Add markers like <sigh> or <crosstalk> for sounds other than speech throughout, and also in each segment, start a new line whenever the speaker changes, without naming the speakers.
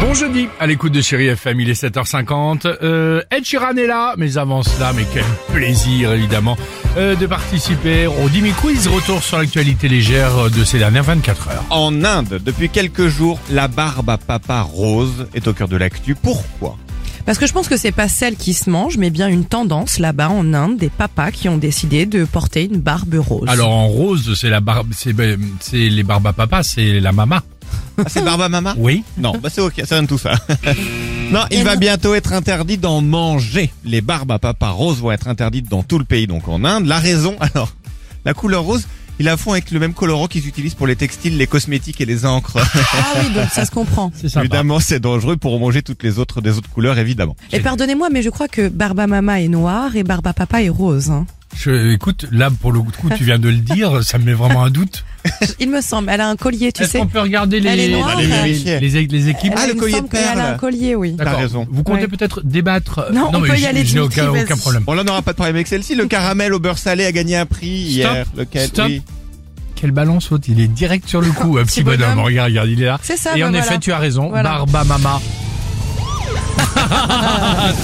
Bon jeudi, à l'écoute de Chérie FM, il est 7h50. Euh, Ed Sheeran est là, mais avant cela, mais quel plaisir évidemment euh, de participer au Dimi Quiz, retour sur l'actualité légère euh, de ces dernières 24 heures.
En Inde, depuis quelques jours, la barbe à papa rose est au cœur de l'actu. Pourquoi
Parce que je pense que c'est pas celle qui se mange, mais bien une tendance là-bas en Inde des papas qui ont décidé de porter une barbe rose.
Alors en rose, c'est la barbe, c'est ben, c'est les barbes à papa, c'est la mama.
ah, C'est barbe à maman
Oui.
Non, bah c'est ok, ça donne tout ça. non, il va bientôt être interdit d'en manger. Les barbes à papa rose vont être interdites dans tout le pays, donc en Inde. La raison, <laughs> alors, la couleur rose, ils la font avec le même colorant qu'ils utilisent pour les textiles, les cosmétiques et les encres.
Ah oui, donc ça se comprend.
C'est sympa.
évidemment, c'est dangereux pour manger toutes les autres des autres couleurs, évidemment.
Et pardonnez-moi, mais je crois que Barba Mama est noire et Barba Papa est rose. hein.
Je, écoute, là pour le coup, tu viens de le dire, ça me met vraiment un doute.
Il me semble, elle a un collier, tu
Est-ce
sais.
qu'on peut regarder les
Elle est
les,
noire, hein.
On va aller
les,
vérifier.
les équipes
Elle-
Ah, le
il me
collier
semble
de perles.
qu'elle a un collier, oui.
T'as
D'accord.
raison.
Vous comptez
Ouais.
peut-être débattre. euh,
Non, on
mais
peut y
j'ai-
aller,
J'ai
Dimitri,
aucun,
vas-y.
aucun problème.
Bon, là, on n'aura pas de problème avec celle-ci. Le caramel au beurre salé a gagné un prix hier. Lequel
stop.
Oui.
Quelle balance haute, il est direct sur le
<laughs>
coup, un petit
Petit
bonhomme.
bonhomme.
Regarde, regarde, il est là.
C'est ça,
Et
bah
en
voilà.
effet, tu as raison,
Voilà.
Barba Mama.
<laughs>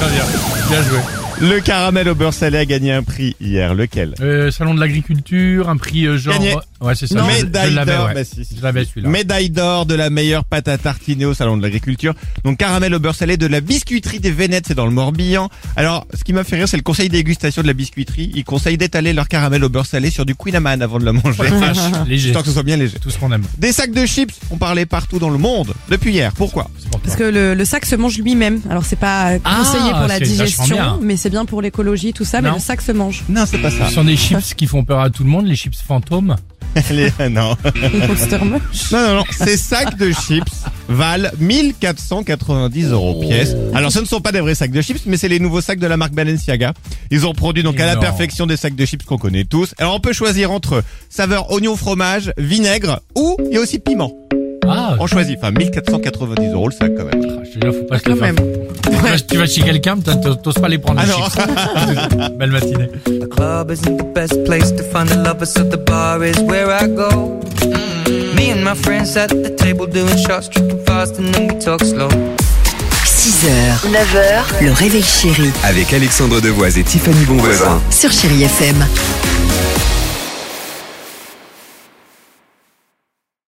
Très bien, bien joué.
Le caramel au beurre salé a gagné un prix hier. Lequel
Euh, salon de l'agriculture, un prix euh, genre.
Gagné.
Ouais, c'est ça.
Non.
je- je
Médaille
l'avais,
d'or,
ouais.
bah, si, si.
Je l'avais celui-là.
Médaille d'or de la meilleure pâte à tartiner au salon de l'agriculture. Donc caramel au beurre salé de la biscuiterie des Vénettes, c'est dans le Morbihan. Alors, ce qui m'a fait rire, c'est le conseil dégustation de la biscuiterie. Ils conseillent d'étaler leur caramel au beurre salé sur du Queen Amman avant de le
Oh
<laughs> manger.
la vache, léger.
Tant que ce soit bien léger.
Tout ce qu'on aime.
Des sacs de chips, on parlait partout dans le monde depuis hier. Pourquoi
C'est pour toi.
Parce que le, le sac se mange lui-même. Alors c'est pas
Ah,
conseillé pour la
c'est vachement bien.
digestion, mais c'est bien pour l'écologie, tout ça, mais
Non.
le sac
<laughs>
se mange.
Non, c'est pas ça.
Ce sont des chips qui font peur à tout le monde, les chips fantômes.
Les- non.
Posterme.
Non, non, non. Ces sacs de chips valent 1490 euros pièce. Alors, ce ne sont pas des vrais sacs de chips, mais c'est les nouveaux sacs de la marque Balenciaga. Ils ont produit donc à la
Énorme.
perfection des sacs de chips qu'on connaît tous. Alors, on peut choisir entre saveur oignon fromage, vinaigre ou, il y a aussi piment.
Ah,
Oh.
On choisit. Enfin, 1490 euros le sac quand même.
je te jure, faut pas se le
Ah,
faire.
Quand même.
Tu vas- Tu vas chez quelqu'un, t'as- t'oses pas les prendre. les
Ah non.
chips. Belle matinée.
The club isn't the best place to find a lover, so the bar is where I go. Mm. Me and my friends at the table doing shots, tripping fast, and then we talk slow.
6h, 9h, le réveil chéri
Avec Alexandre Devoise et Tiffany Bonvoisin.
sur Chérie FM.